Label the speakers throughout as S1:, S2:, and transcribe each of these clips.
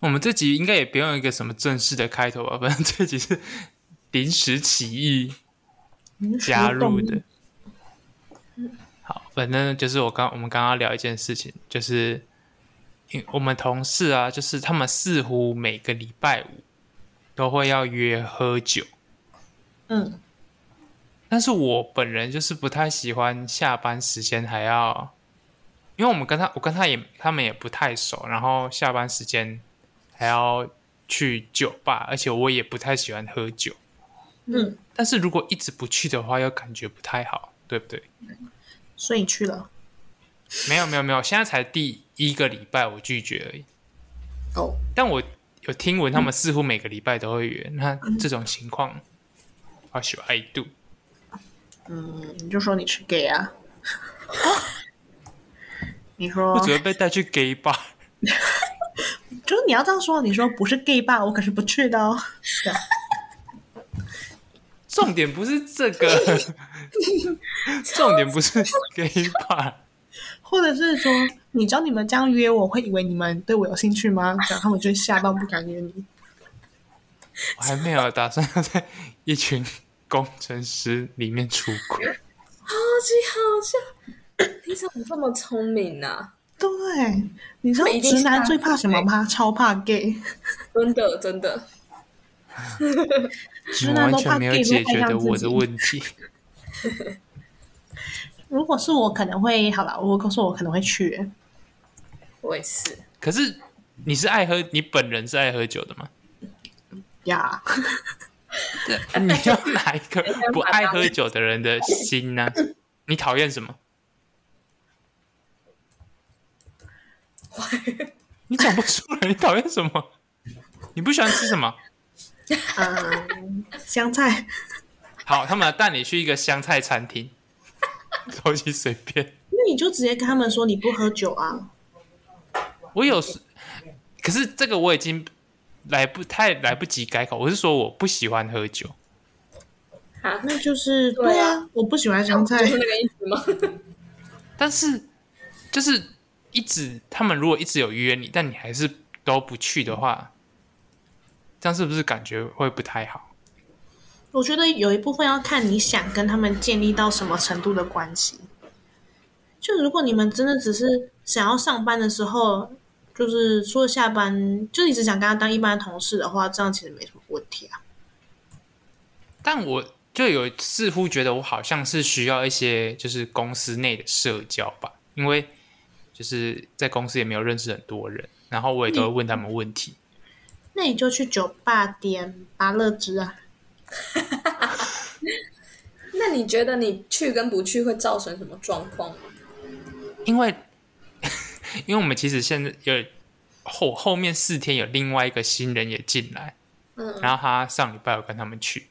S1: 我们这集应该也不用一个什么正式的开头吧， 反正这集是临时起意
S2: 嗯
S1: 加入的。好，反正就是我刚我们刚刚聊一件事情，就是因我们同事啊，就是他们似乎每个礼拜五都会要约喝酒，
S2: 嗯，
S1: 但是我本人就是不太喜欢下班时间还要，因为我们跟他我跟他也他们也不太熟，然后下班时间还要去酒吧，而且我也不太喜欢喝酒，
S2: 嗯，
S1: 但是如果一直不去的话，又感觉不太好，对不对？
S2: 所以你去了
S1: 没有没有没有，现在才第一个礼拜我拒绝而已。
S2: 哦，
S1: 但我有听闻他们似乎每个礼拜都会约，那这种情况，what should I do？
S2: 嗯，你就说你是 gay 啊？ 你说
S1: 我只会被带去 gay bar。
S2: 就是你要这样说，你说不是 gay 吧，我可是不去的哦。对，
S1: 重点不是这 个，重点不是 gay bar。
S2: 或者是说，你知道你们这样约我，会以为你们对我有兴趣吗？这样他们就会吓到不敢约你。
S1: 我还没有打算要在一群工程师里面出 轨。
S3: 超级好笑！ 你怎么这么聪明呢、啊
S2: 对，你知道
S3: 他们一定
S2: 直
S3: 是
S2: 男
S3: 大
S2: 最怕什么吗？超怕 gay，
S3: 真的真的，
S1: 你
S2: 直
S1: 们
S2: 男
S1: 完
S2: 都
S1: 全
S2: 怕
S1: 没
S2: gay
S1: 有
S2: 都
S1: 解
S2: 爱
S1: 决
S2: 上
S1: 的我
S2: 自
S1: 的
S2: 己。
S1: 问题。
S2: 如果是我，可能会好了。我告诉我可能会去，
S3: 我也是。
S1: 可是你是爱喝，你本人是爱喝酒的 吗？
S2: 呀、
S1: 你要哪一 个不爱喝酒的人的心呢？你讨厌 什么？你讲不出来，你讨厌什么？你不喜欢吃什么？
S2: 嗯， 香菜，
S1: 好，他们带你去一个香菜餐 厅，超级随便。
S2: 那你就直接跟他们说你不喝酒啊。
S1: 我有时，可是这个我已经来不太来不及改口。我是说我不喜欢喝酒，
S3: 啊，
S2: 那就是
S3: 对啊
S2: 对啊，我不喜欢香菜
S3: 就。是那个意思吗？
S1: 但是就是一直他们如果一直有约你，但你还是都不去的话，这样是不是感觉会不太好？
S2: 我觉得有一部分要看你想跟他们建立到什么程度的关系。就如果你们真的只是想要上班的时候，就是除了下班，就你只想跟他当一般的同事的话，这样其实没什么问题啊。
S1: 但我就有似乎觉得我好像是需要一些就是公司内的社交吧，因为就是在公司也没有认识很多人，然后我也都会问他们问题。
S2: 那你就去酒吧点芭乐汁啊。
S3: 那你觉得你去跟不去会造成什么状况吗？
S1: 因为 因为我们其实现在有后后面四天有另外一个新人也进来，
S3: 嗯
S1: 然后他上礼拜有跟他们去，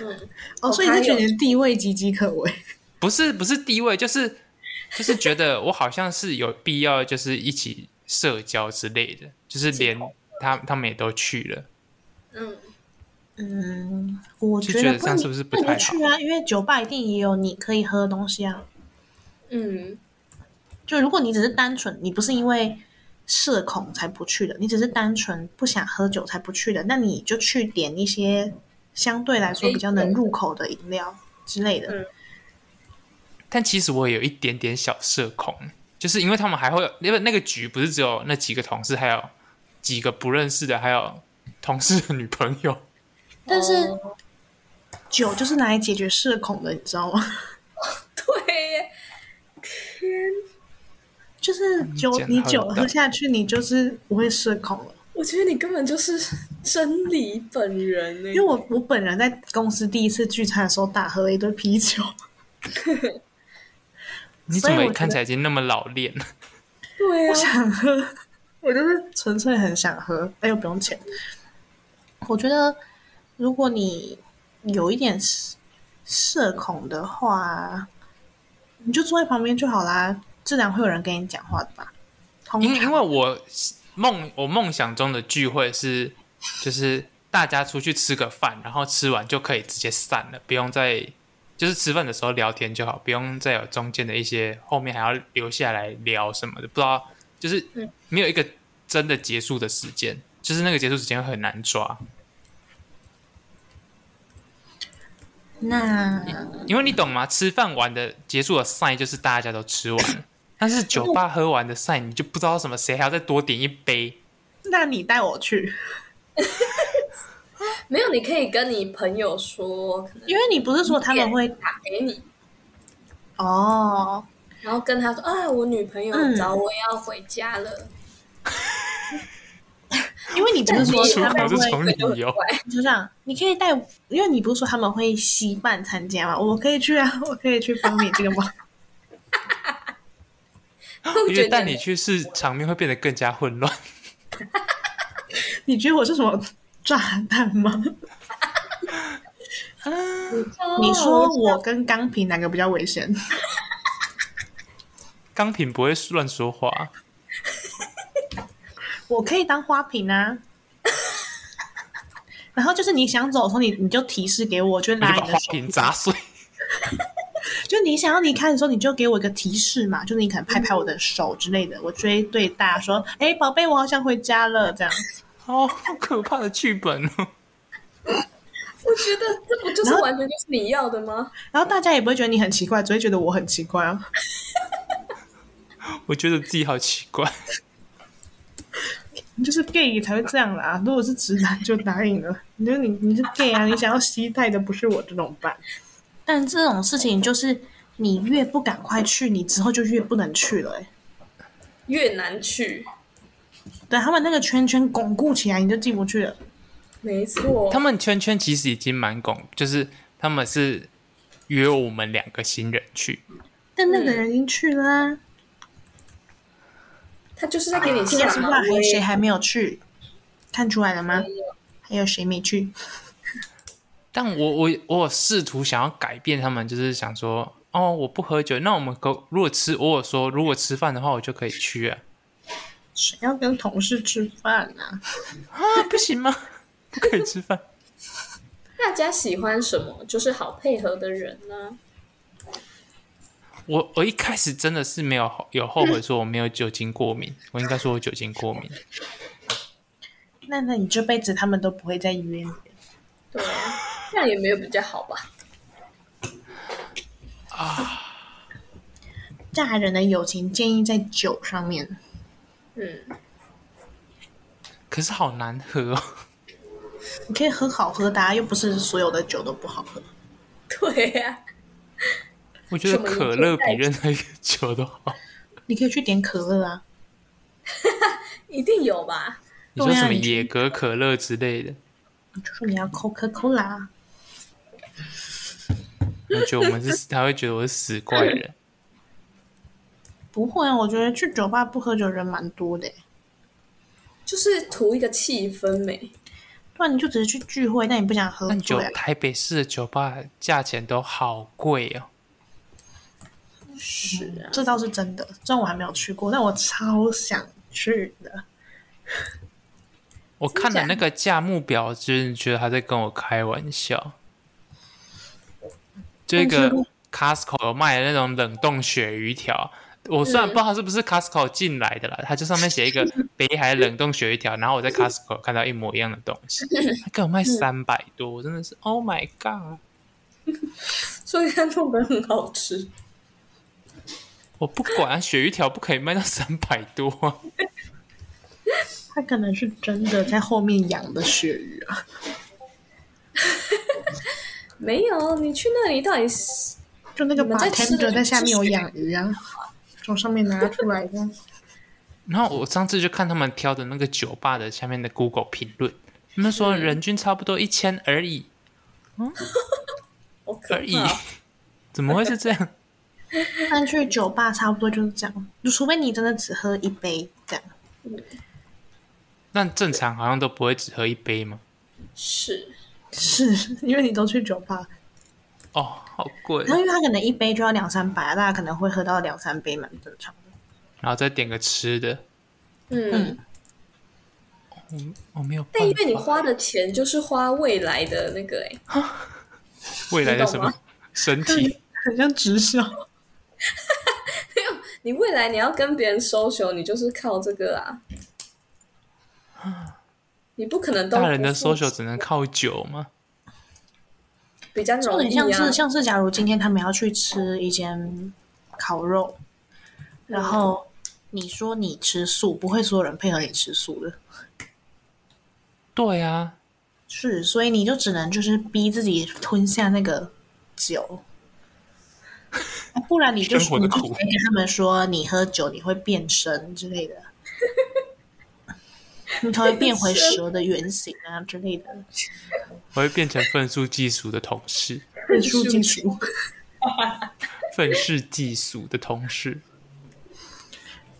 S3: 嗯，
S2: 哦，所以
S3: 还
S2: 你
S3: 有
S2: 觉得你的地位岌岌可危。
S1: 不是不是地位，就是就是觉得我好像是有必要就是一起社交之类的，就是连他他们也都去了，
S3: 嗯，
S2: 嗯，我
S1: 就
S2: 觉
S1: 觉
S2: 得
S1: 得这样是不是不
S2: 那你
S1: 太
S2: 就去啊，因为酒吧一定也有你可以喝的东西啊。
S3: 嗯，
S2: 就如果你只是单纯，你不是因为社恐才不去的，你只是单纯不想喝酒才不去的，那你就去点一些相对来说比较能入口的饮料之类的。
S3: 嗯
S1: 但其实我也有一点点小社恐，就是因为他们还会有，因为那个局不是只有那几个同事，还有几个不认识的，还有同事的女朋友。
S2: 但是
S3: 哦
S2: 酒就是拿来解决社恐的，你知道吗？
S3: 对耶，天，
S2: 就是酒
S1: 讲，得
S2: 你
S1: 好
S2: 酒
S1: 有道理
S2: 喝下去，你就是不会社恐了。
S3: 我觉得你根本就是真理本人欸呢
S2: 因为。我我本人在公司第一次聚餐的时候，大喝了一堆啤酒。
S1: 你
S2: 所
S1: 怎
S2: 以我
S1: 么
S2: 觉
S1: 看
S2: 得
S1: 起来已经那么老练？
S3: 对
S2: 不
S3: 啊，
S2: 想喝，我就是纯粹很想喝，哎又不用钱。我觉得如果你有一点社社恐的话，你就坐在旁边就好啦，自然会有人跟你讲话的吧。通
S1: 因因
S2: 常
S1: 为我梦我梦想中的聚会是，就是大家出去吃个饭，然后吃完就可以直接散了，不用再就是吃饭的时候聊天就好，不用再有中间的一些后面还要留下来聊什么的，不知道就是
S3: 嗯
S1: 没有一个真的结束的时间。就是那个结束时间会很难抓，
S2: 那
S1: 因为你懂吗？吃饭完的结束的赛就是大家都吃完了，但是酒吧喝完的赛你就不知道什么谁还要再多点一杯。
S2: 那你带我去，
S3: 没有，你可以跟你朋友说，可能
S2: 因为你不是说他们会
S3: 打给你，
S2: 哦，
S3: 然后跟他说：“啊，我女朋友
S2: 嗯
S3: 找我要回家了。
S2: 因为你不是说
S1: 出
S2: 他
S1: 口
S2: 们
S1: 是
S2: 会
S1: 从
S3: 会就
S1: 理
S3: 很
S1: 由，
S3: 怪
S2: 就这样，你可以带，因为你不是说他们会稀饭参加吗？我可以去啊，我可以去帮你这个忙。
S3: 会
S1: 因为
S3: 觉得
S1: 带你去是场面会变得更加混乱。
S2: 你觉得我是什么 炸弹吗？哦你
S3: 哦
S2: 说我跟钢瓶哪个比较危险？
S1: 钢瓶不会乱说话，
S2: 我可以当花瓶啊。 然后就是你想走的时候，你你就提示给我，我就
S1: 你就
S2: 拿
S1: 把
S2: 你
S1: 花
S2: 的手
S1: 瓶砸碎。
S2: 就你想要离开的时候，你就给我一个提示嘛，就是你可能拍拍我的手之类的，我就会对大家说：“哎、宝贝，我好想回家了。”这样，
S1: 好可怕的剧本哦！
S3: 我觉得这不就
S2: 然
S3: 是
S2: 后
S3: 完全就是你要的吗？
S2: 然后大家也不会觉得你很奇怪，只会觉得我很奇怪啊。
S1: 我觉得自己好奇怪。
S2: 你就是 gay 才会这样啦，如果是直男就答应了。你就你你是 gay 啊，你想要吸带的不是我这种办。但这种事情就是你越不赶快去，你之后就越不能去了、欸。
S3: 越南去，
S2: 对他们那个圈圈巩固起来，你就进不去了。
S3: 没错
S1: 他，们圈圈其实已经蛮拱，就是他们是约我们两个新人去，
S2: 但那个人已经去了啊，
S3: 他就是啊在给你
S2: 现在
S3: 下
S2: 不知道
S3: 马
S2: 还有谁
S3: 威。
S2: 还没有去，看出来了吗？还有谁没去？
S1: 但我我我有试图想要改变他们，就是想说，哦，我不喝酒，那我们可如果吃，我有说如果吃饭的话，我就可以去啊，
S2: 谁要跟同事吃饭啊？
S1: 啊，不行吗？ 不可以吃饭？
S3: 大家喜欢什么？就是好配合的人呢、
S1: 我我一开始真的是没有有后悔说我没有酒精过敏，我应该说我酒精过敏，
S2: 那那你这辈子他们都不会再约你。
S3: 对啊，这样也没有比较好吧？
S2: 嫁人的友情建议在酒上面，
S3: 嗯，
S1: 可是好难喝、哦。
S2: 你可以喝好喝的、啊，又不是所有的酒都不好喝。
S3: 对啊呀、
S1: 我觉得可乐比任何一个 酒都好。
S2: 你可以去点可乐啊，
S3: 一定有吧？
S1: 你说什么野格可乐之类的？
S2: 你就说你要啊 Coca Cola，
S1: 我觉得我们是，他会觉得我是死怪人。
S2: 不会啊，我觉得去酒吧不喝酒人蛮多的欸。
S3: 就是图一个气氛美。
S2: 不啊然你就只是去聚会，但你不想喝
S1: 但酒
S2: 醉、啊，
S1: 台北市的酒吧价钱都好贵哦，
S3: 是啊，
S2: 这倒是真的。虽然我还没有去过，但我超想去的。
S1: 我看了那个价目表，就是觉得他在跟我开玩笑。这个 Costco 有卖的那种冷冻鳕鱼条，我虽然不知道它是不是 Costco 进来的啦，它就上面写一个北海冷冻鳕鱼条，然后我在 Costco 看到一模一样的东西，它给我卖三百多，我真的是 Oh my God！
S3: 所以它弄得很好吃。
S1: 我不管啊，鳕鱼条不可以卖到三百多啊、
S2: 它可能是真的在后面养的鳕鱼啊，
S3: 没有，你去那里到底是
S2: 就那个
S3: 你们在
S2: bartender
S3: 吃的
S2: 在下面有养鱼啊，从上面拿出来的。
S1: 然后我上次就看他们挑的那个酒吧的下面的 Google 评论，他们说人均差不多一千而已，
S3: 好可
S1: 而已
S3: 怕？， 哦
S1: 怎么会是这样？
S2: 但去酒吧差不多就是这样，就除非你真的只喝一杯这样。
S1: 那正常好像都不会只喝一杯吗？
S3: 是，
S2: 是因为你都去酒吧，
S1: 哦，好贵
S2: 然，后因为他可能一杯就要两三百，大家可能会喝到两三杯，蛮正常的。
S1: 然后再点个吃的，
S3: 嗯
S2: 嗯，
S1: 哦我、没有办
S3: 但因为你
S1: 法。
S3: 花的钱就是花未来的那个、欸，
S1: 未来的什么
S3: 你
S1: 身体？
S2: 很像直销，
S3: 你未来你要跟别人 social，你就是靠这个啊。你不可 能都
S1: 大人的
S3: 不负
S1: social 只能靠酒吗？
S3: 比较
S2: 有
S3: 容
S2: 点
S3: 易啊
S2: 像。是像是，假如今天他们要去吃一间烤肉，然
S3: 嗯
S2: 后你说你吃素，不会所有人配合你吃素的，
S1: 对啊，
S2: 是，所以你就只能就是逼自己吞下那个酒，啊不然你就
S1: 生活
S2: 你
S1: 的
S2: 就
S1: 苦
S2: 直接跟他们说你喝酒你会变身之 类的，你可能会变回蛇的原形啊之类的，
S1: 我会变成愤世嫉俗的同 事，
S2: 分数基础。
S1: 愤世嫉俗的同事。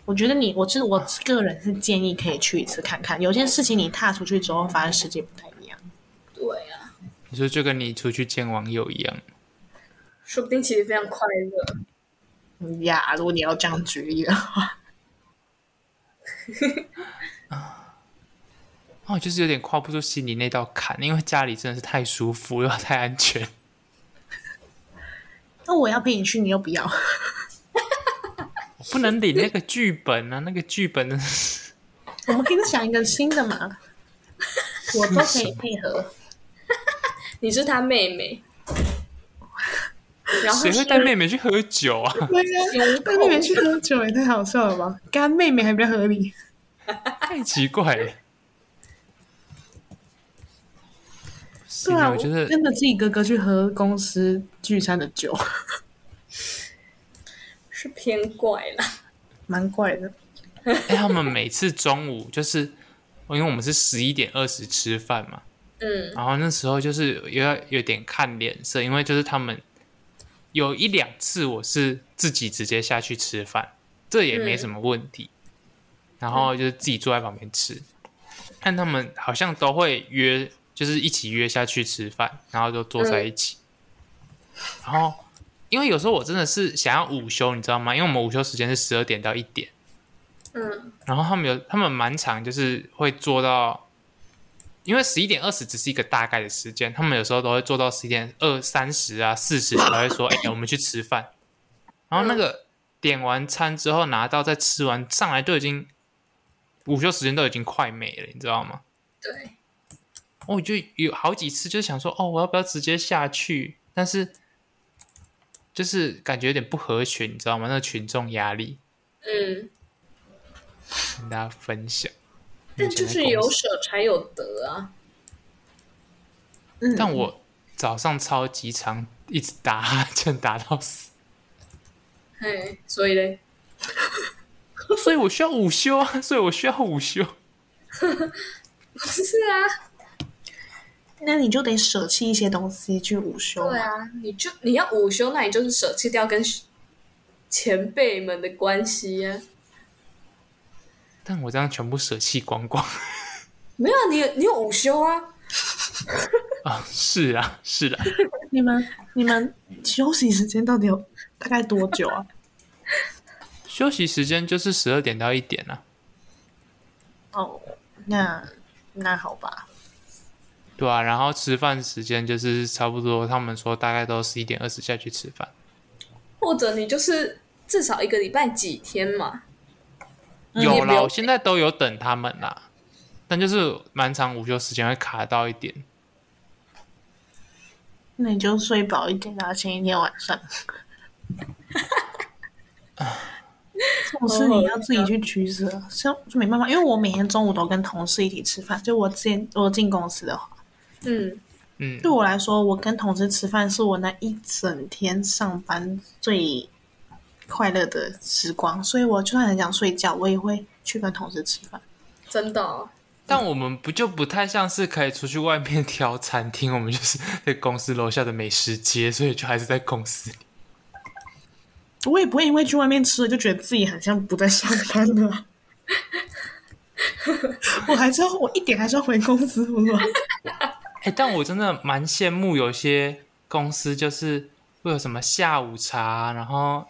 S2: 我觉得你，我是我个人是建议可以去一次看看。有些事情你踏出去之后，发现世界不太一样。
S3: 对啊，
S1: 你说就跟你出去见网友一样，
S3: 说不定其实非常快乐。
S2: 嗯呀，如果你要这样举例的话，
S1: 哦，就是有点跨不出心里那道坎，因为家里真的是太舒服又太安全。
S2: 那我要陪你去，你又不要。
S1: 我不能领那个剧本啊，那个剧本真的是
S2: 我们可以想一个新的嘛，我都可以配合。
S3: 你是他妹妹，然后
S1: 谁会
S3: 啊是
S1: 带妹妹去喝酒啊？
S2: 对呀，带妹妹去喝酒也太好笑了吧？干妹妹还比较合理。
S1: 太奇怪了。不行
S2: 对啊，
S1: 我觉得
S2: 跟着自己哥哥去喝公司聚餐的酒，
S3: 是偏怪啦。
S2: 蛮怪的。
S1: 哎、他们每次中午就是，因为我们是十一点二十吃饭嘛，
S3: 嗯，
S1: 然后那时候就是有要有点看脸色，因为就是他们有一两次我是自己直接下去吃饭，这也没什么问题，然后就是自己坐在旁边吃，但他们好像都会约，就是一起约下去吃饭，然后就坐在一起，然后因为有时候我真的是想要午休，你知道吗？因为我们午休时间是十二点到一点。
S3: 嗯，
S1: 然后他们有他们蛮长，就是会做到，因为十一点二十只是一个大概的时间，他们有时候都会做到十一点二三十啊四十才会说，哎、我们去吃饭。然后那个点完餐之后拿到再吃完上来都已经午休时间都已经快没了，你知道吗？
S3: 对，
S1: 我哦就有好几次就想说，哦，我要不要直接下去？但是就是感觉有点不合群，你知道吗？那个群众压力，
S3: 嗯，
S1: 跟大家分享。
S3: 但就是有舍才有得啊。
S2: 嗯，
S1: 但我早上超级长，一直打哈欠打到死，
S3: 嘿，所以嘞，
S1: 所以我需要午休啊，所以我需要午休。
S3: 不是啊，
S2: 那你就得舍弃一些东西去午休嘛。
S3: 对啊，你就你要午休，那你就是舍弃掉跟前辈们的关系呀、
S1: 但我这样全部舍弃光光
S3: 没有啊，你有你有午休啊，
S1: 啊！是啊，是啊，
S2: 你们你们休息时间到底有大概多久啊？
S1: 休息时间就是十二点到一点啊，
S2: 哦，那那好吧，
S1: 对啊，然后吃饭时间就是差不多，他们说大概都十一点二十下去吃饭，
S3: 或者你就是至少一个礼拜几天嘛。
S1: 有
S3: 也不
S1: 啦，
S3: 用
S1: 我现在都有等他们啦，但就是蛮长午休时间会卡到一点。
S2: 那你就睡饱一点啊，前一天晚上。这种事你要自己去取舍，像就没办法，因为我每天中午都跟同事一起吃饭。就我之前我进公司的话，
S3: 嗯，
S1: 嗯，
S2: 对我来说，我跟同事吃饭是我那一整天上班最快乐的时光，所以我就算很想睡觉，我也会去跟同事吃饭。
S3: 真的、哦，
S1: 但我们不就不太像是可以出去外面挑餐厅，我们就是在公司楼下的美食街，所以就还是在公司里。
S2: 我也不会因为去外面吃了就觉得自己很像不在上班 了。我还是要，我一点还是要回公司，不是吗？
S1: 哎、但我真的蛮羡慕有些公司就是会有什么下午茶，然后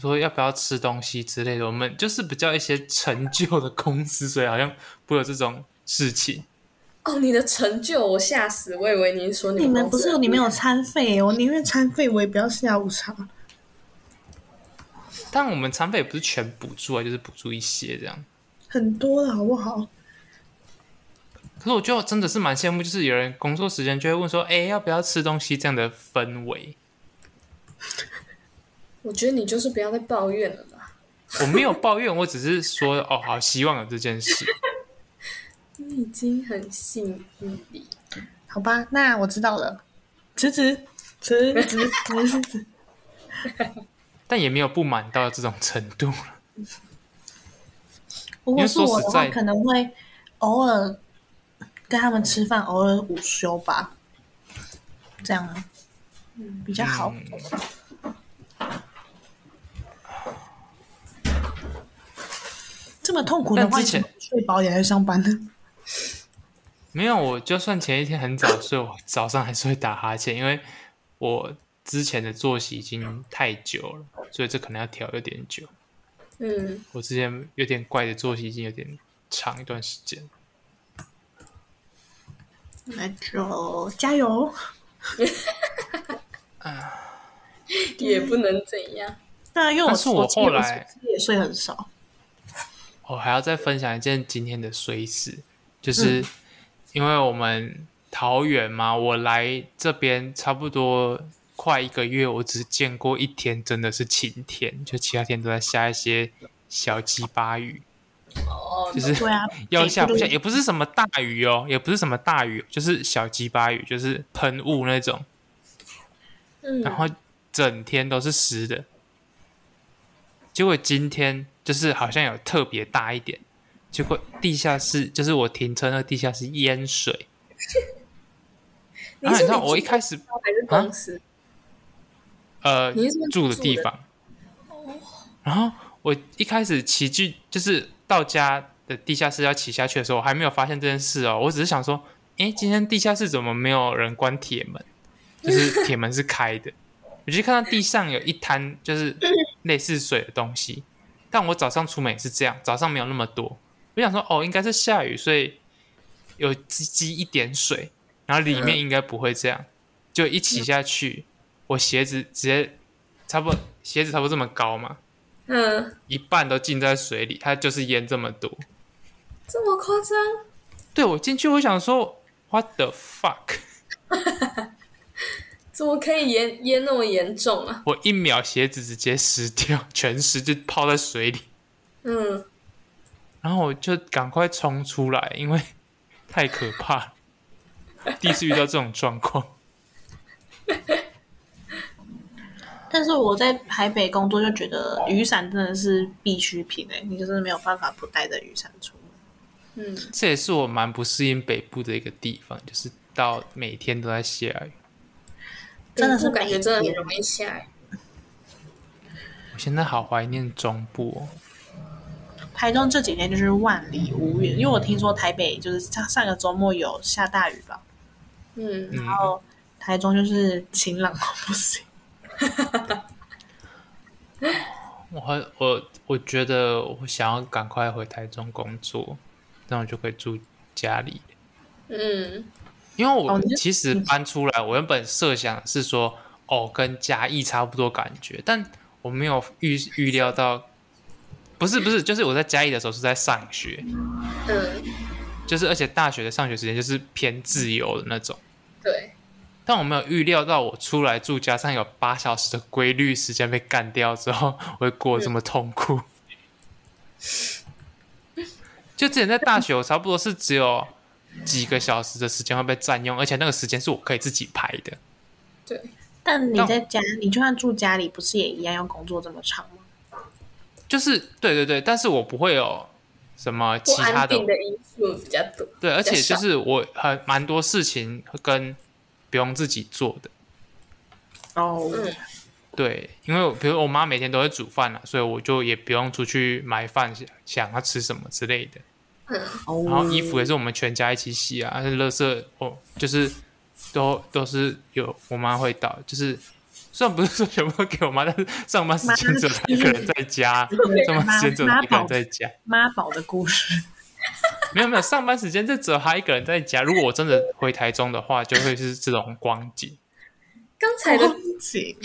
S1: 说要不要吃东西之类的。我们就是比较一些陈旧的公司，所以好像不会有这种事情。
S3: 哦，你的成就我吓死，我以为你是说
S2: 你们
S3: 们
S2: 不
S3: 公司
S2: 是你们有餐费耶，我宁愿餐费我也不要下午茶。
S1: 但我们餐费也不是全补助啊，就是补助一些这样。
S2: 很多了，好不好？
S1: 可可是我就真的是蛮羡慕，就是有人工作时间就会问说，哎、要不要吃东西这样的氛围。
S3: 我觉得你就是不要再抱怨了吧。
S1: 我没有抱怨，我只是说，哦，好希望有这件事。
S3: 你已经很幸运了。
S2: 好吧，那我知道了，辞职，辞职，辞职。
S1: 但也没有不满到这种程度。
S2: 如果是我的
S1: 因为说
S2: 话，
S1: 实在
S2: 可能会偶尔跟他们吃饭，偶尔午休吧，这样啊，比较好。
S1: 嗯
S2: 这么痛苦的话，
S1: 但之前
S2: 你怎么睡饱也来上班呢？
S1: 没有，我就算前一天很早睡，我早上还是会打哈欠，因为我之前的作息已经太久了，所以这可能要调有点久。
S3: 嗯，
S1: 我之前有点怪的作息已经有点长一段时间。
S2: 那就加油！
S3: 也不能怎样。
S2: 对啊，因为我
S1: 但是我
S2: 记得
S1: 后来
S2: 我其实也睡 很少，
S1: 我哦还要再分享一件今天的衰事，
S2: 嗯
S1: 就是因为我们桃园嘛，我来这边差不多快一个月，我只见过一天真的是晴天，就其他天都在下一些小鸡巴雨，
S3: 哦，
S1: 就是
S2: 对啊，
S1: 要下不下，
S2: 北部
S1: 也不是什么大雨哦，也不是什么大雨，就是小鸡巴雨，就是喷雾那种，
S3: 嗯，
S1: 然后整天都是湿的。结果今天就是好像有特别大一点，结果地下室就是我停车那个地下室淹水。
S3: 你
S1: 然后啊
S3: 是
S1: 你知道
S3: 你
S1: 我一
S3: 住
S1: 开始
S3: 还是公司？
S1: 呃
S3: 你是
S1: 住的地方，然后我一开始骑去就是到家的地下室要骑下去的时候，我还没有发现这件事哦，我只是想说，诶，今天地下室怎么没有人关铁 门？就是铁门是开的，我就看到地上有一滩就是类似水的东西，但我早上出门也是这样，早上没有那么多，我想说哦，应该是下雨，所以有积积一点水，然后里面应该不会这样，就一骑下去，我鞋子直接差不多鞋子差不多这么高嘛，
S3: 嗯，
S1: 一半都浸在水里，它就是淹这么多。
S3: 这么夸张？
S1: 对我进去，我想说，what the fuck？
S3: 怎么可以淹淹那么严重啊？
S1: 我一秒鞋子直接湿掉，全湿就泡在水里，
S3: 嗯，
S1: 然后我就赶快冲出来，因为太可怕了，第一次遇到这种状况。
S2: 但是我在台北工作就觉得雨伞真的是必需品哎、你就是没有办法不带着雨伞出门。
S3: 嗯，
S1: 这也是我蛮不适应北部的一个地方，就是到每天都在下雨。
S2: 真的是
S3: 北部感觉真的
S2: 每天
S3: 很容易下雨。
S1: 我现在好怀念中部、哦，
S2: 台中这几天就是万里无云，因为我听说台北就是上上个周末有下大雨吧，
S3: 嗯，
S2: 然后台中就是晴朗到不行。
S1: 我还我我觉得我想要赶快回台中工作，那我就可以住家里。
S3: 嗯，
S1: 因为
S2: 哦
S1: 我
S2: 你是
S1: 其实搬出来，我原本设想是说，哦，跟嘉义差不多感觉，但我没有预预料到，不是不是，就是我在嘉义的时候是在上学，
S3: 嗯，
S1: 就是而且大学的上学时间就是偏自由的那种，
S3: 对，
S1: 但我没有预料到我出来住，加上有八小时的规律时间被干掉之后，我会过得这么痛苦。就之前在大学，我差不多是只有几个小时的时间会被占用，而且那个时间是我可以自己排的。
S3: 对，
S2: 但你在家，你就算住家里，不是也一样要工作这么长吗？
S1: 就是对对对，但是我不会有什么
S3: 不
S1: 其他
S3: 安
S1: 的
S3: 定的因素比较多。
S1: 对，而且
S3: 比较
S1: 就
S3: 少
S1: 是我很蛮多事情跟不用自己做的。
S2: 哦，
S3: 嗯
S1: 对，因为我比如我妈每天都会煮饭了、所以我就也不用出去买饭，想想要吃什么之类的。
S2: 哦
S1: 然后衣服也是我们全家一起洗啊，垃圾哦，就是都都是有我妈会倒，就是虽然不是说全部都给我妈，但是上班时间只有她一个人在家，
S2: 哦
S1: 上班时间只有她一个人在家。
S2: 啊妈宝的故事，
S1: 没有没有，上班时间就只有她一个人在家。如果我真的回台中的话，就会是这种光景。
S3: 刚才
S1: 哦
S3: 的
S2: 不行，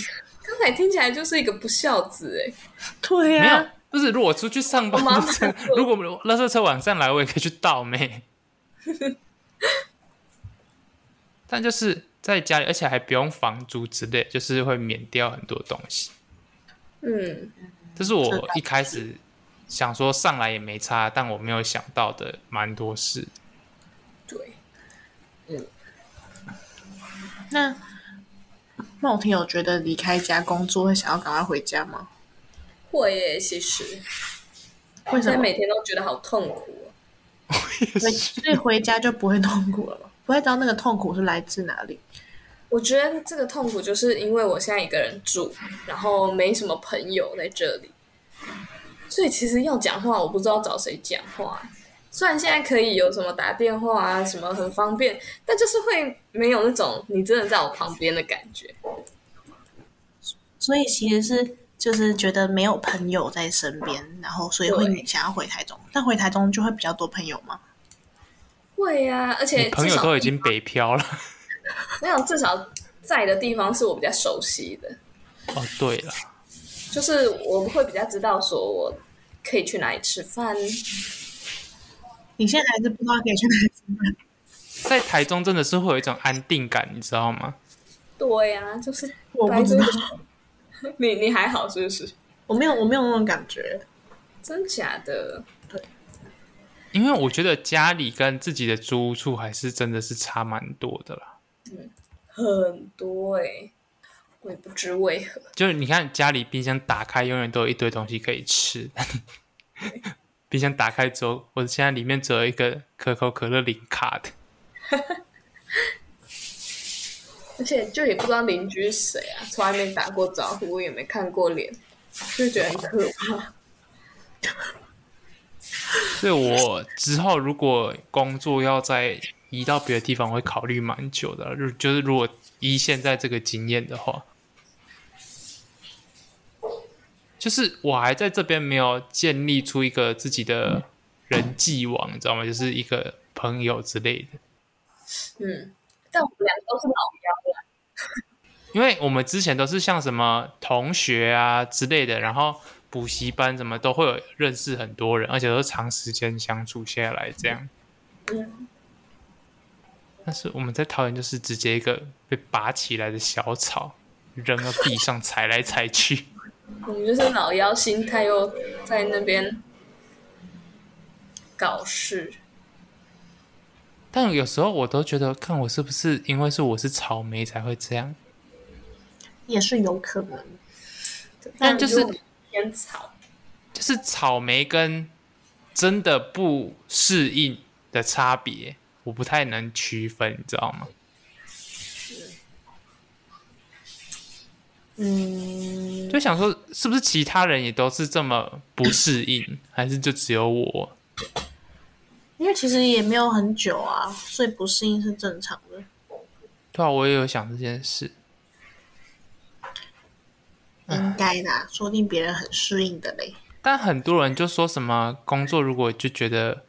S3: 刚才听起来就是一个不孝子哎、
S2: 对啊
S1: 没有
S2: 呀、，
S1: 就是如果出去上班
S3: 我妈妈
S1: 路上，如果我们垃圾车晚上来，我也可以去倒妹。但就是在家里，而且还不用房租之类，就是会免掉很多东西。
S3: 嗯，
S1: 这是我一开始想说上来也没差，但我没有想到的蛮多事。
S3: 对，
S2: 那那我听友觉得离开家工作会想要赶快回家吗？
S3: 会耶，其实
S2: 为
S3: 现
S2: 什
S3: 在
S2: 么？
S3: 每天都觉得好痛苦哦、
S2: 所以所以回家就不会痛苦了吗？不会知道那个痛苦是来自哪里？
S3: 我觉得这个痛苦就是因为我现在一个人住，然后没什么朋友在这里，所以其实要讲话，我不知道找谁讲话。虽然现在可以有什么打电话啊，什么很方便，但就是会没有那种你真的在我旁边的感觉。
S2: 所以其实是就是觉得没有朋友在身边，然后所以会
S3: 对
S2: 想要回台中，但回台中就会比较多朋友嘛。
S3: 会呀、而且
S1: 你朋友
S3: 至少
S1: 都已经北漂了。
S3: 没有，至少在的地方是我比较熟悉的，
S1: 哦，对了，
S3: 就是我会比较知道说我可以去哪里吃饭。
S2: 你现在还是不知道可以去哪里吃
S1: 在
S2: 饭，
S1: 台中真的是会有一种安定感，你知道吗？
S3: 对呀、就是
S2: 我不知道
S3: 白就是 你你还好是不是？
S2: 我没有我没有那种感觉。
S3: 真假的？
S1: 因为我觉得家里跟自己的租屋处还是真的是差蛮多的啦。
S3: 很多哎、我也不知为何。
S1: 就是你看家里冰箱打开，永远都有一堆东西可以吃。 冰箱打开之后，我现在里面只有一个可口可乐零卡的。
S3: 而且就也不知道邻居是谁啊，从来没打过招呼，也没看过脸，就觉得很可怕。
S1: 所以我之后如果工作要再移到别的地方，我会考虑蛮久的啦。如就是如果依现在这个经验的话，就是我还在这边没有建立出一个自己的人际网，你知道吗？就是一个朋友之类的。
S3: 嗯，但我们俩都是老妖了，
S1: 因为我们之前都是像什么同学啊之类的，然后补习班什么都会有认识很多人，而且都是长时间相处下来这样。
S3: 嗯
S1: 但是我们在桃园就是直接一个被拔起来的小草，扔到地上踩来踩去。
S3: 我们就是老妖心态又在那边搞事。
S1: 但有时候我都觉得，看我是不是因为是我是草莓才会这样？
S2: 也是有可能，
S1: 但就是
S3: 烟草，
S1: 就是草莓跟真的不适应的差别，我不太能区分，你知道吗？
S2: 嗯，
S1: 就想说，是不是其他人也都是这么不适应，还是就只有我？
S2: 因为其实也没有很久啊，所以不适应是正常的。
S1: 对啊，我也有想这件事。
S2: 应该的啊、说不定别人很适应的嘞。
S1: 但很多人就说什么工作如果就觉得，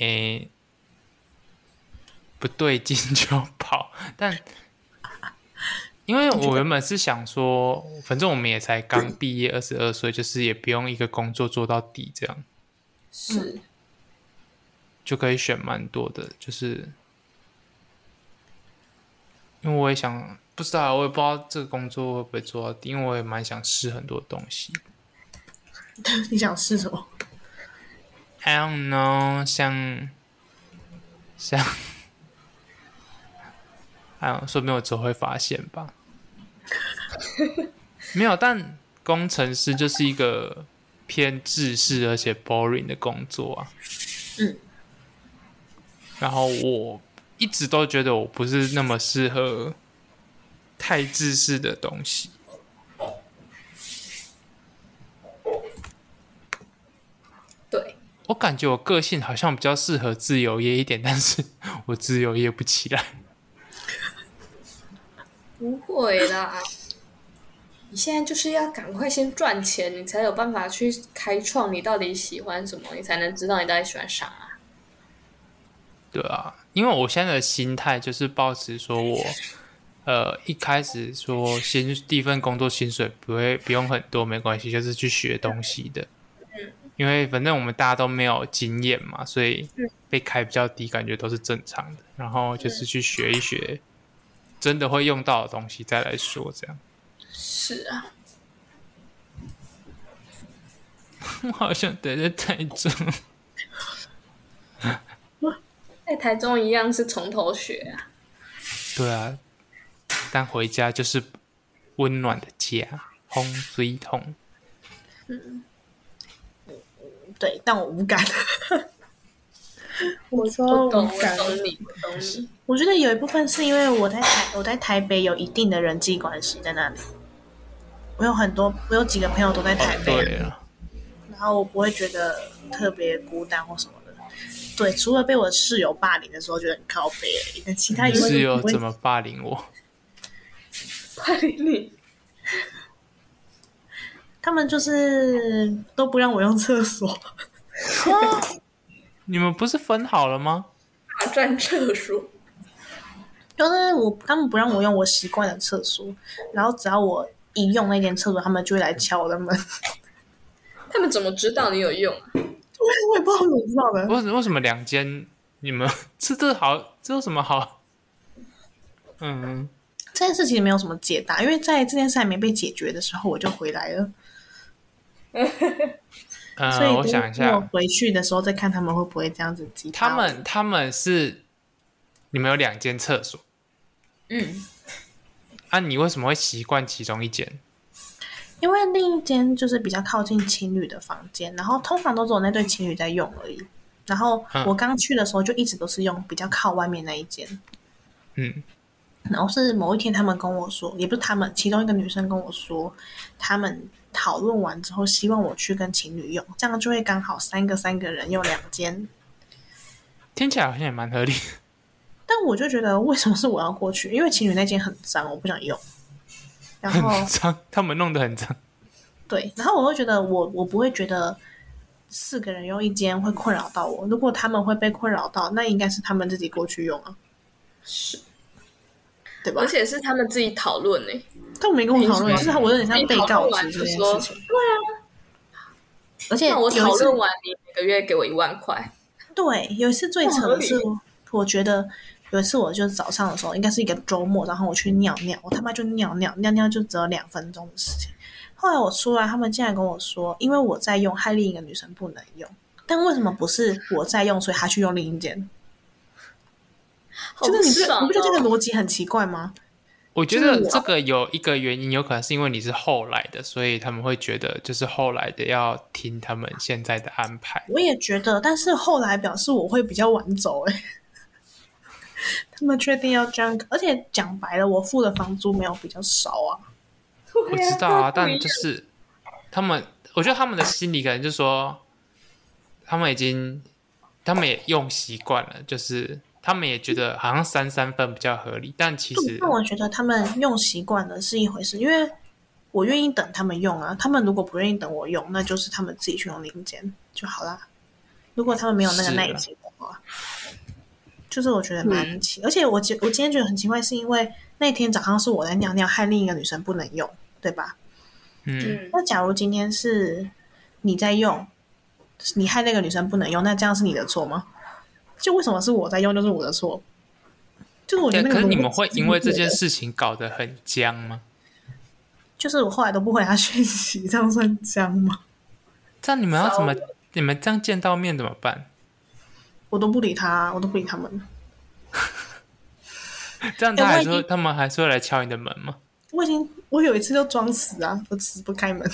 S1: 诶、不对劲就跑。但 因为我原本是想说，反正我们也才刚毕业，二十二岁，就是也不用一个工作做到底，这样
S3: 是
S1: 就可以选蛮多的。就是因为我也想，不知道，我也不知道这个工作会不会做到底，因为我也蛮想试很多东西。
S2: 你想试什么？
S1: I don't know，像像，哎呦，说不定我只会发现吧。没有，但工程师就是一个偏制式而且 boring 的工作啊。
S2: 嗯。
S1: 然后我一直都觉得我不是那么适合太制式的东西。
S3: 对，
S1: 我感觉我个性好像比较适合自由业一点，但是 我自由业不起来。
S3: 不会啦。你现在就是要赶快先赚钱，你才有办法去开创你到底喜欢什么，你才能知道你到底喜欢啥啊、
S1: 对啊，因为我现在的心态就是抱持说我，呃，一开始说薪第一份工作薪水不会不用很多，没关系，就是去学东西的。因为反正我们大家都没有经验嘛，所以被开比较低，感觉都是正常的。然后就是去学一学真的会用到的东西再来说，这样。
S3: 是啊，
S1: 我好像待在台中，
S3: 在台中一样是从头学啊。
S1: 对啊，但回家就是温暖的家，烘水桶。
S2: 对，但我无感。 我说
S3: 我懂，
S2: 无
S3: 我
S2: 哦感，
S3: 懂你，我懂你。
S2: 我觉得有一部分是因为我在台我在台北有一定的人际关系在那里，我有很多我有几个朋友都在台
S1: 哦，
S2: 北，
S1: 对了，
S2: 然后我不会觉得特别孤单或什么的。对，除了被我室友霸凌的时候觉得很靠北而已，但其他
S1: 你
S2: 以外
S1: 室
S2: 都
S1: 友
S2: 不会
S1: 怎么霸凌我？
S3: 快点你，
S2: 他们就是都不让我用厕所。
S1: 你们不是分好了吗？
S3: 大战厕所，
S2: 就是我他们不让我用我习惯的厕所，然后只要我一用那间厕所，他们就会来敲我的门。
S3: 他们怎么知道你有用啊？
S2: 我也不知道怎么知道的，
S1: 为什为什么两间你们这这好这有什么好？嗯，
S2: 这件事情没有什么解答，因为在这件事还没被解决的时候，我就回来了，所以
S1: 呃，
S2: 等
S1: 我想一
S2: 我
S1: 下，
S2: 回去的时候再看他们会不会这样子激发
S1: 他
S2: 我
S1: 们他们是你们有两间厕所
S2: 嗯，
S1: 啊，你为什么会习惯其中一间？
S2: 因为另一间就是比较靠近情侣的房间，然后通常都只有那对情侣在用而已。然后
S1: 嗯
S2: 我刚去的时候就一直都是用比较靠外面那一间，
S1: 嗯，
S2: 然后是某一天，他们跟我说，也不是他们，其中一个女生跟我说，他们讨论完之后，希望我去跟情侣用，这样就会刚好三个三个人用两间。
S1: 听起来好像也蛮合理。
S2: 但我就觉得，为什么是我要过去？因为情侣那间很脏，我不想用。然后
S1: 很脏，他们弄得很脏。
S2: 对，然后我会觉得我，我不会觉得四个人用一间会困扰到我。如果他们会被困扰到，那应该是他们自己过去用啊，
S3: 是，
S2: 对吧
S3: 而？且是他们自己讨论呢、
S2: 他们没跟我讨论，
S1: 凭什
S2: 就是
S1: 么
S2: 他我有点像
S3: 你
S2: 被
S3: 讨
S2: 告
S3: 论完
S2: 知这
S3: 就
S2: 件事
S3: 说
S2: 情。对啊，而且
S3: 那我
S2: 有一
S3: 讨
S2: 次
S3: 论完，你每个月给我一万块，
S2: 对，有一次最扯的是
S3: 不，
S2: 我觉得有一次我就是早上的时候，应该是一个周末，然后我去尿尿，我他妈就尿尿，尿尿就只有两分钟的事情。后来我出来，他们竟然跟我说，因为我在用，害另一个女生不能用。但为什么不是我在用，所以他去用另一间？
S3: 好
S2: 就是你不觉得
S3: 爽
S2: 你不觉得这
S3: 哦！
S2: 个逻辑很奇怪吗？
S1: 我觉
S2: 就是
S1: 得
S2: 我
S1: 这个有一个原因，有可能是因为你是后来的，所以他们会觉得就是后来的要听他们现在的安排。
S2: 我也觉得，但是后来表示我会比较晚走、欸， 他们确定要这样，而且讲白了，我付的房租没有比较少啊。
S1: 我知道啊，但就是他们，我觉得他们的心里可能就说，他们已经，他们也用习惯了，就是他们也觉得好像三三分比较合理，但其
S2: 对
S1: 实
S2: 但我觉得他们用习惯了是一回事，因为我愿意等他们用啊。他们如果不愿意等我用，那就是他们自己去用零件就好啦。如果他们没有那个
S1: 是啊
S2: 耐心的话，就是我觉得
S1: 嗯
S2: 蛮奇。而且我今我今天觉得很奇怪，是因为那天早上是我在尿尿，害另一个女生不能用，对吧？
S1: 嗯，
S3: 嗯，
S2: 那假如今天是你在用，你害那个女生不能用，那这样是你的错吗？就为什么是我在用，就是我的错？就是我
S1: 对，
S2: 觉
S1: 啊
S2: 得那个
S1: 可是你
S2: 逻
S1: 们
S2: 辑
S1: 会因为这
S2: 不对
S1: 件
S2: 的
S1: 事情搞得很僵吗？
S2: 就是我后来都不回他讯息， 这样算僵吗？
S1: 这样你们要怎么
S3: 稍？
S2: 呃
S1: 你们这样见到面怎么办？
S2: 我都不理他，啊我都不理他们。
S1: 这样
S2: 哎
S1: 他
S2: 我
S1: 还
S2: 已
S1: 说
S2: 经
S1: 他们还是会来敲你的门吗？
S2: 我已经，我有一次就装死啊，我死不开门。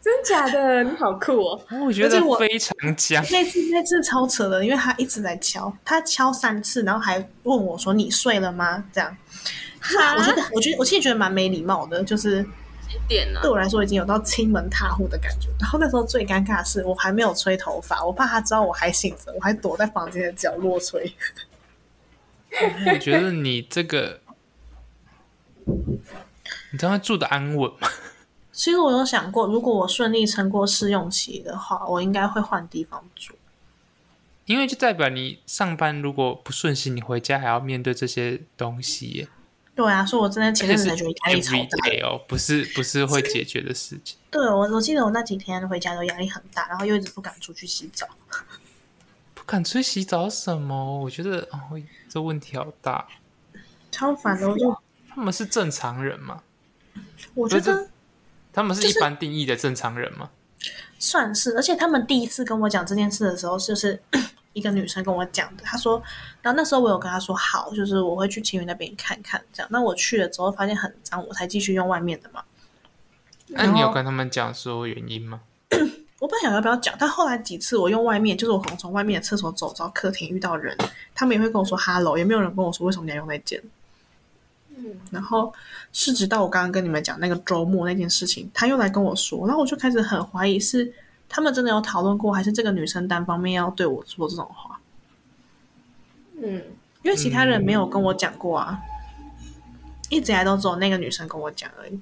S3: 真假的，你好酷哦！
S1: 我觉
S2: 啊而且
S1: 得
S2: 我
S1: 非常僵，
S2: 那次那次超扯的，因为他一直在敲，他敲三次，然后还问我说：“你睡了吗？”这样，
S3: 哈
S2: 我觉得，我觉得，我其实觉得蛮没礼貌的，就是
S3: 一点呢、啊
S2: 对我来说已经有到亲门踏户的感觉。 然后那时候最尴尬的是，我还没有吹头发，我怕他知道我还醒着，我还躲在房间的角落吹。
S1: 我觉得你这 个，你这样会住的安稳吗？
S2: 其实我有想过，如果我顺利撑过试用期的话，我应该会换地方住。
S1: 因为就代表你上班如果不顺心，你回家还要面对这些东西耶，
S2: 对啊，所以我真的前
S1: 而
S2: 阵
S1: 且是
S2: 子才觉得压力超
S1: every
S2: 大。
S1: day 哦，不是不是会解决的事情。
S2: 对，我我记得我那几天回家都压力很大，然后又一直不敢出去洗澡。
S1: 啊不敢出去洗澡什么？我觉得哦，这问题好大。
S2: 超烦的。我就
S1: 他们是正常人吗？
S2: 我觉
S1: 不
S2: 得
S1: 他们是
S2: 就
S1: 一
S2: 是
S1: 般定义的正常人吗？
S2: 算是，而且他们第一次跟我讲这件事的时候，就是 一个女生跟我讲的。她说，然后那时候我有跟她说好，就是我会去晴雨那边看看这样。那我去了之后发现很脏，我才继续用外面的嘛。
S1: 那、
S2: 然
S1: 你有
S2: 后
S1: 跟他们讲说原因吗？
S2: 我本来想要不要讲，但后来几次我用外面，就是我可能从外面的厕所走到客厅遇到人，他们也会跟我说 “hello”，也没有人跟我说为什么你要用那件。
S3: 嗯，
S2: 然后是直到我刚刚跟你们讲那个周末那件事情，他又来跟我说，然后我就开始很怀疑是他们真的有讨论过，还是这个女生单方面要对我说这种话，
S3: 嗯，
S2: 因为其他人没有跟我讲过啊，一直以来都只有那个女生跟我讲而已。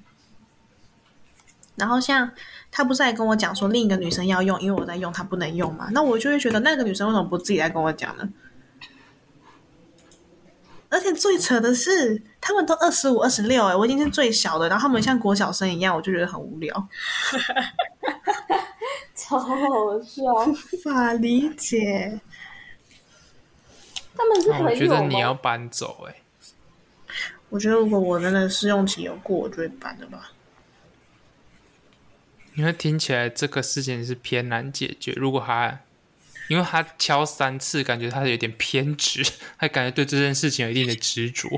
S2: 然后像他不是还跟我讲说另一个女生要用，因为我在用，她不能用嘛，那我就会觉得那个女生为什么不自己来跟我讲呢？而且最扯的是，他们都二十五、二十六，哎，我已经是最小的，然后他们像国小生一样，我就觉得很无聊，
S3: 超好 笑。
S2: 无法理解。
S3: 他们是
S1: 那我
S3: 朋
S1: 觉
S3: 友
S1: 得你要
S3: 吗？
S1: 搬走哎、
S2: 我觉得如果我真的试用期有过，我就会搬的吧。
S1: 因为听起来这个事情是偏难解决。如果他，因为他敲三次，感觉他有点偏执，他感觉对这件事情有一定的执着。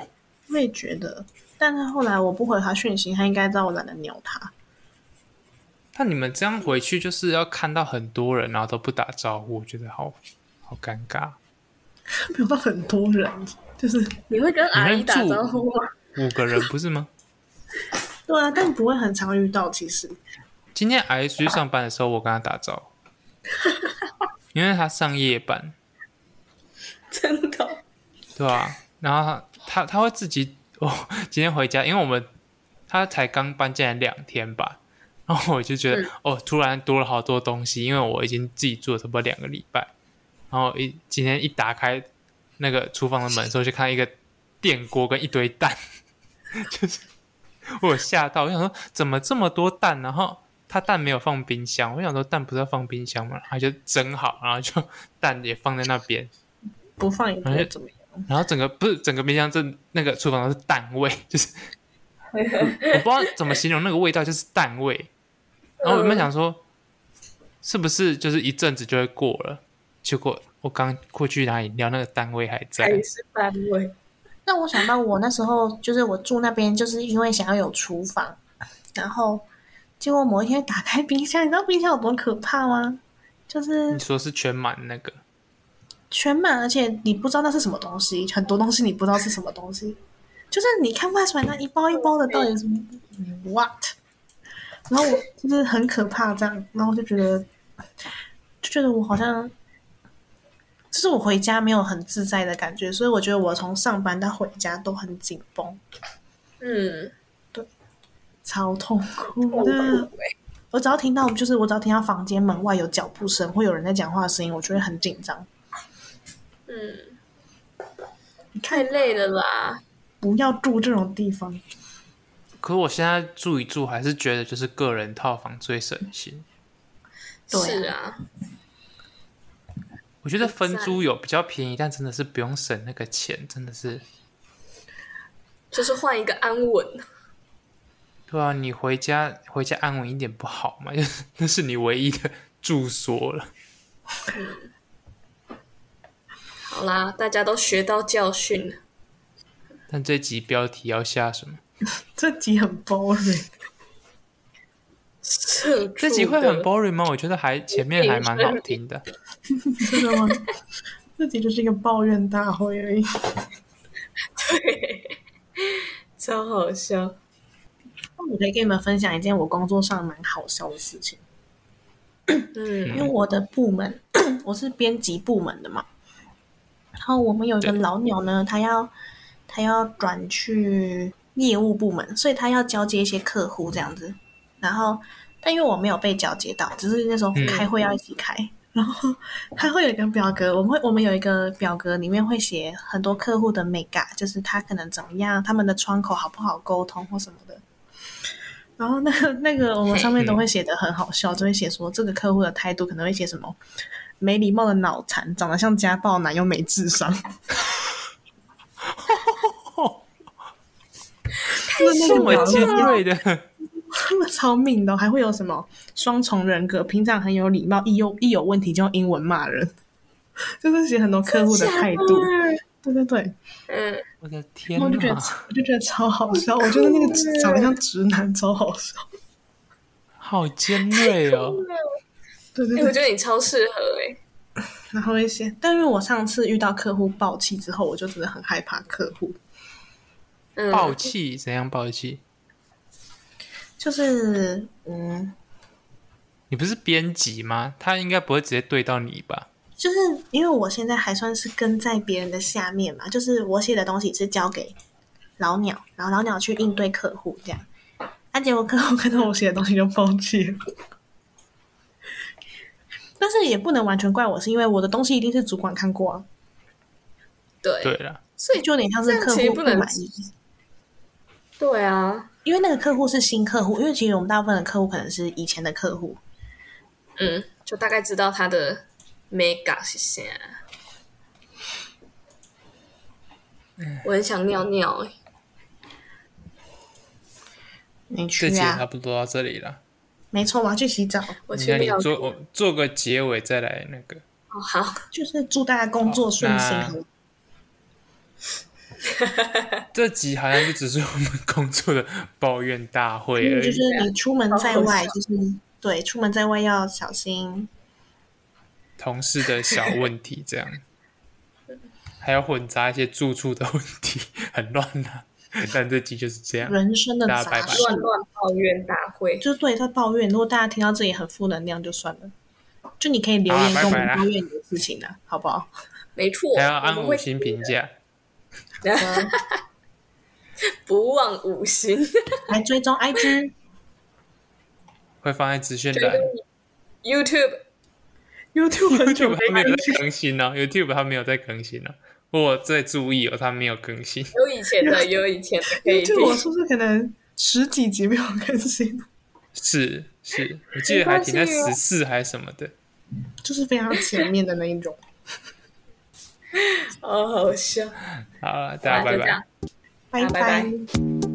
S2: 我也觉得，但是后来我不回他讯息，他应该知道我懒得鸟他。
S1: 但你们这样回去，就是要看到很多人，然后都不打招呼，我觉得好好尴尬。
S2: 没有到很多人，就是
S3: 你会跟阿姨打
S1: 你们住
S3: 招呼吗？
S1: 五个人不是吗？
S2: 对啊，但不会很常遇到。其实
S1: 今天阿姨出去上班的时候，我跟她打招呼，因为她上夜班，
S3: 真的，
S1: 对吧、然后她她她会自己，我、哦、今天回家，因为我们她才刚搬进来两天吧，然后我就觉得、哦，突然多了好多东西，因为我已经自己住了差不多两个礼拜，然后一今天一打开那个厨房的门的时候，就看到一个电锅跟一堆蛋， 就是我有吓到，我想说怎么这么多蛋，然后它蛋没有放冰箱，我想说蛋不是要放冰箱吗？它就蒸好，然后就 蛋也放在那边，
S2: 不放也不会怎么样。
S1: 然后整个不是整个冰箱这那个厨房都是蛋味，就是我不知道怎么形容那个味道，就是蛋味。然后我们想说，是不是就是一阵子就会过了？结果我刚过去拿饮料，那个蛋味还在。
S3: 是班委。
S2: 让我想到我那时候就是我住那边，就是因为想要有厨房，然后结果某一天打开冰箱，你知道冰箱有多可怕吗？就是
S1: 你说是全满那个，
S2: 全满，而且你不知道那是什么东西，很多东西你不知道是什么东西，就是你看不太出来那一包一包的到底是嗯 what。然后我就是很可怕这样，然后我就觉得，就觉得我好像，就是我回家没有很自在的感觉，所以我觉得我从上班到回家都很紧绷，
S3: 嗯，
S2: 超痛苦
S3: 痛
S2: 的。
S3: 苦欸
S2: 我只要听到，就是我只要听到房间门外有脚步声或有人在讲话的声音，我就会很紧张。
S3: 嗯，
S2: 你
S3: 太
S2: 看，
S3: 累了啦。
S2: 不要住这种地方。
S1: 可我现在住一住，还是觉得就是个人套房最省心。
S2: 对啊
S3: 是啊，
S1: 我觉得分租有比较便宜，但真的是不用省那个钱，真的是。
S3: 就是换一个安稳。
S1: 对啊，你回家回家安稳一点不好吗？ 就是那是你唯一的住所了。
S3: 好啦，大家都学到教训了。
S1: 但这集标题要下什么？
S2: 这集很 boring，
S3: 社畜
S1: 这集会
S3: 的
S1: 很 boring 吗？我觉得还前面还蛮好听的。
S2: 真的吗？ 这集就是一个抱怨大会而已。
S3: 超好笑。
S2: 那我可以跟你们分享一件我工作上蛮好笑的事情，因
S3: 嗯
S2: 为我的部门我是编辑部门的嘛，然后我们有一个
S1: 对
S2: 老鸟呢，他要他要转去业务部门，所以他要交接一些客户这样子，然后但因为我没有被交接到，只是那时候
S1: 嗯
S2: 开会要一起开。然后还会有一个表格，我们会我们有一个表格，里面会写很多客户的美感，就是他可能怎么样，他们的窗口好不好沟通或什么的。然后那个 那个我们上面都会写的很好笑，就会写说这个客户的态度可能会写什么没礼貌的脑 残，长得像家暴男又没智商。那
S1: 这
S2: 个
S1: 么
S2: 表
S1: 尖
S2: 现
S1: 锐的，
S2: 他们超敏的哦、还会有什么双重人格？平常很有礼貌，一有一有问题就用英文骂人， 就是写很多客户的态度。对对对，
S3: 嗯，
S1: 我的天
S2: 我就觉得
S1: 哪！
S2: 我就觉得超好欸笑，我觉得那个长得像直男超好笑。
S1: 好尖锐哦！
S2: 对对
S3: 哎、
S2: 对
S3: 我，觉得你超适合哎、
S2: 然后一些，但因为我上次遇到客户暴气之后，我就真的很害怕客户，
S3: 嗯，
S1: 暴气怎样暴气？
S2: 就是嗯，
S1: 你不是编辑吗？他应该不会直接对到你吧？
S2: 就是因为我现在还算是跟在别人的下面嘛，就是我写的东西是交给老鸟，然后老鸟去应对客户这样，啊，结果客户看到我写的东西就暴气了。但是也不能完全怪我，是因为我的东西一定是主管看过啊，
S3: 对
S1: 对了，
S2: 所以就有点像是
S3: 这样
S2: 客
S3: 其实
S2: 户
S3: 不能
S2: 满意。
S3: 对啊，
S2: 因为那个客户是新客户，因为其实我们大部分的客户可能是以前的客户，
S3: 嗯，就大概知道他的 mega 是啊啥。我很想尿尿哎、
S2: 你去
S1: 这集也
S2: 啊，
S1: 差不多到这里了。
S2: 没错，我要去洗澡。
S3: 我去
S1: 那你
S3: 尿
S1: 做我做个结尾再来那个。
S3: 哦好，
S2: 就是祝大家工作顺心
S1: 好。这集好像就只是我们工作的抱怨大会
S2: 嗯
S1: 而
S2: 就
S1: 已
S2: 是。你出门在
S3: 好好
S2: 外，
S3: 笑
S2: 就是对出门在外要小心。
S1: 同事的小问题这样， 还要混杂一些住处的问题， 很乱啊。但这集就是这样，
S2: 人生的
S1: 大家拜
S2: 杂
S1: 拜
S2: 事，
S3: 乱乱抱怨大会，
S2: 就对在抱怨。如果大家听到这里很负能量，就算了。就你可以留言
S1: 好啊
S2: 跟我
S1: 拜拜啦
S2: 们抱怨你的事情啊，好不好？
S3: 没错，
S1: 还要
S3: 我
S1: 按
S3: 们
S1: 五
S3: 会
S1: 星评价。
S3: 不忘五星，
S2: 来追踪 IG、
S1: 会放在资讯 栏。
S3: YouTube
S2: YouTube 很久
S1: YouTube
S2: 没
S1: 它没有在更新哦，YouTube 它没有在更新哦。我在注意哦，它没有更新。
S3: 有以前的，有以前的可以听。
S2: YouTube 我是不是可能十几集没有更新，
S1: 是是，我记得还停在
S3: 没关系哦
S1: 十四还是什么的。
S2: 就是非常前面的那一种。
S3: 好好笑，
S1: 好了，大家
S3: 好啦
S1: 拜
S3: 就这
S1: 拜
S2: 拜
S3: 样。拜拜
S2: 拜。